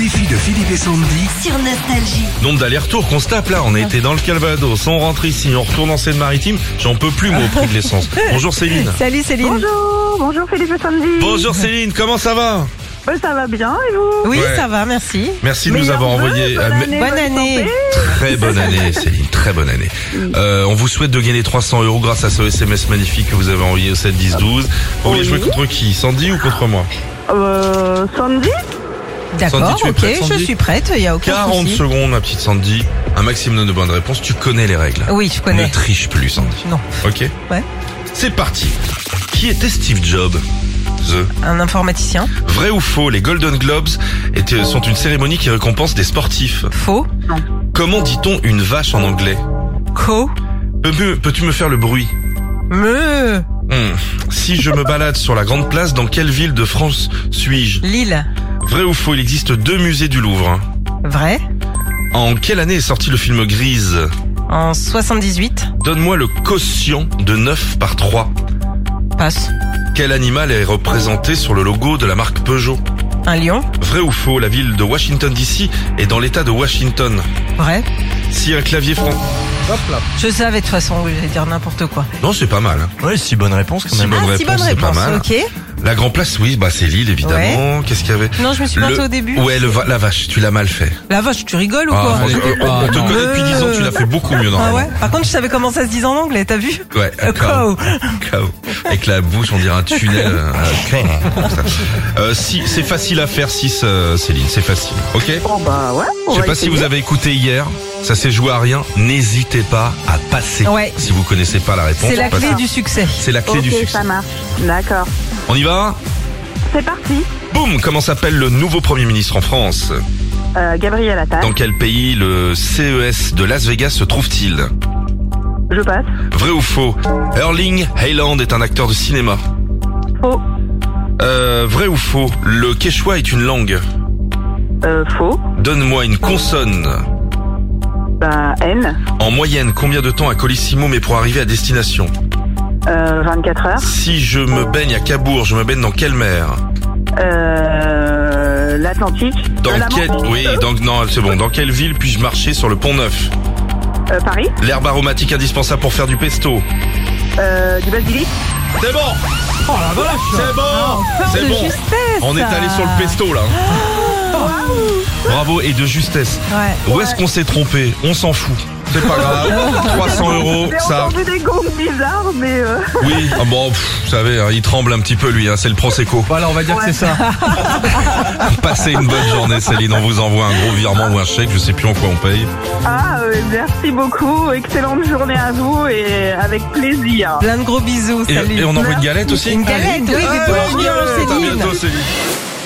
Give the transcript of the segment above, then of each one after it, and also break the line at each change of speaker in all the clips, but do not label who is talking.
Philippe et Sandy.
sur Nostalgie.
Nombre d'allers-retours qu'on se tape là, on a été dans le Calvados, on rentre ici, on retourne en Seine-Maritime, j'en peux plus moi au prix de l'essence. Bonjour Céline.
Salut Céline.
Bonjour, bonjour Philippe et Sandy.
Bonjour Céline, comment ça va
Euh, ça va bien et vous
Oui,
Ouais.
ça va, merci.
Merci de nous
Meilleurs
avoir
vœux,
envoyé euh,
bonne
un
année,
Bonne année.
santé.
très bonne année Céline, très bonne année. Euh, on vous souhaite de gagner 300 euros grâce à ce SMS magnifique que vous avez envoyé au 7 10 12. Vous voulez
Oui.
jouer contre qui Sandy ou contre moi
Euh, Sandy
D'accord,
Sandy, tu es
ok,
prête,
je
Sandy
suis prête, il n'y a aucun
40
souci.
secondes ma petite Sandy, un maximum de bonnes réponses, tu connais les règles.
Oui, je
Ne
connais.
triche plus Sandy.
Non,
OK
Ouais.
C'est parti. Qui était Steve Jobs The
un informaticien.
Vrai ou faux, les Golden Globes étaient- sont une cérémonie qui récompense des sportifs.
Faux.
Comment dit-on une vache en anglais
Co.
Peux- peux- Peux-tu me faire le bruit
Me.
Hmm. Si je me balade sur la grande place, dans quelle ville de France suis-je
Lille.
Vrai ou faux, il existe deux musées du Louvre. hein.
Vrai.
En quelle année est sorti le film Grise
En 78.
Donne-moi le quotient de 9 par 3.
Passe.
Quel animal est représenté sur le logo de la marque Peugeot
Un lion.
Vrai ou faux, la ville de Washington DC est dans l'état de Washington.
Vrai.
Si un clavier franc... Hop là.
Je savais de toute façon, oui, j'allais dire n'importe quoi.
Non, c'est pas mal. hein.
Ouais, si bonne réponse quand
Si
même.
bonne
ah, si
réponse,
bonne
c'est pas
réponse,
mal.
ok.
La Grand Place, oui, bah c'est Lille évidemment. Qu'est-ce qu'il y avait
Non, je me suis plantée au début.
Ouais, le va- la vache, tu l'as mal fait.
La vache, tu rigoles ou
Ah,
quoi
franchement, euh, on te connaît depuis 10 ans, tu l'as fait beaucoup mieux
Ah
normalement.
ouais Par contre, je savais comment ça se dit en anglais, t'as vu
Ouais,
Euh,
d'accord.
quoi
D'accord. Avec la bouche, on dirait un tunnel. euh, euh, comme ça. Euh, si, c'est facile à faire, 6, Céline, c'est facile. Ok
Oh bah ouais. on
Je sais
va
pas si
essayer.
vous avez écouté hier, ça s'est joué à rien. N'hésitez pas à passer.
Ouais.
Si vous connaissez pas la réponse,
C'est la
passez.
clé du succès.
C'est la clé
Ok,
du succès.
ça marche. D'accord.
On y va
C'est parti.
Boum Comment s'appelle le nouveau Premier ministre en France
Euh, Gabriel Attal,
Dans quel pays le CES de Las Vegas se trouve-t-il
je passe.
Vrai ou faux Erling Haaland est un acteur de cinéma.
Faux.
Euh, vrai ou faux Le quechua est une langue.
Euh, faux.
Donne-moi une consonne.
Bah N.
En moyenne, combien de temps à Colissimo mais pour arriver à destination
Euh, 24 heures.
Si je me baigne à Cabourg, je me baigne dans quelle mer
Euh, L'Atlantique.
Dans
Euh, la
quelle
Manche.
Oui, dans non, c'est bon. Dans quelle ville puis-je marcher sur le pont Neuf
Euh, Paris.
L'herbe aromatique indispensable pour faire du pesto.
Euh, du basilic.
C'est bon.
Oh
C'est bon.
Ah, Enfin,
c'est
de
bon.
justesse
On est allé sur le pesto là. Bravo et de justesse.
Ouais.
Où est-ce qu'on s'est trompé On s'en fout. C'est pas grave. 300 euros,
J'ai
ça.
entendu des gongs bizarres, mais euh,
Oui. Ah bon, pff, vous savez, hein, il tremble un petit peu lui. hein, c'est le prosecco.
Voilà, on va dire que c'est ça.
Passez une bonne journée, Céline. On vous envoie un gros virement ou un chèque. Je sais plus en quoi on paye.
ah, euh, merci beaucoup. Excellente journée à vous et avec plaisir.
Plein de gros bisous,
Et,
salut.
et on envoie une galette aussi.
Une galette, Euh, oui, des bonbons,
À
Céline.
bientôt, Céline.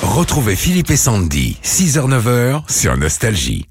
Retrouvez Philippe et Sandy, 6h-9h sur Nostalgie.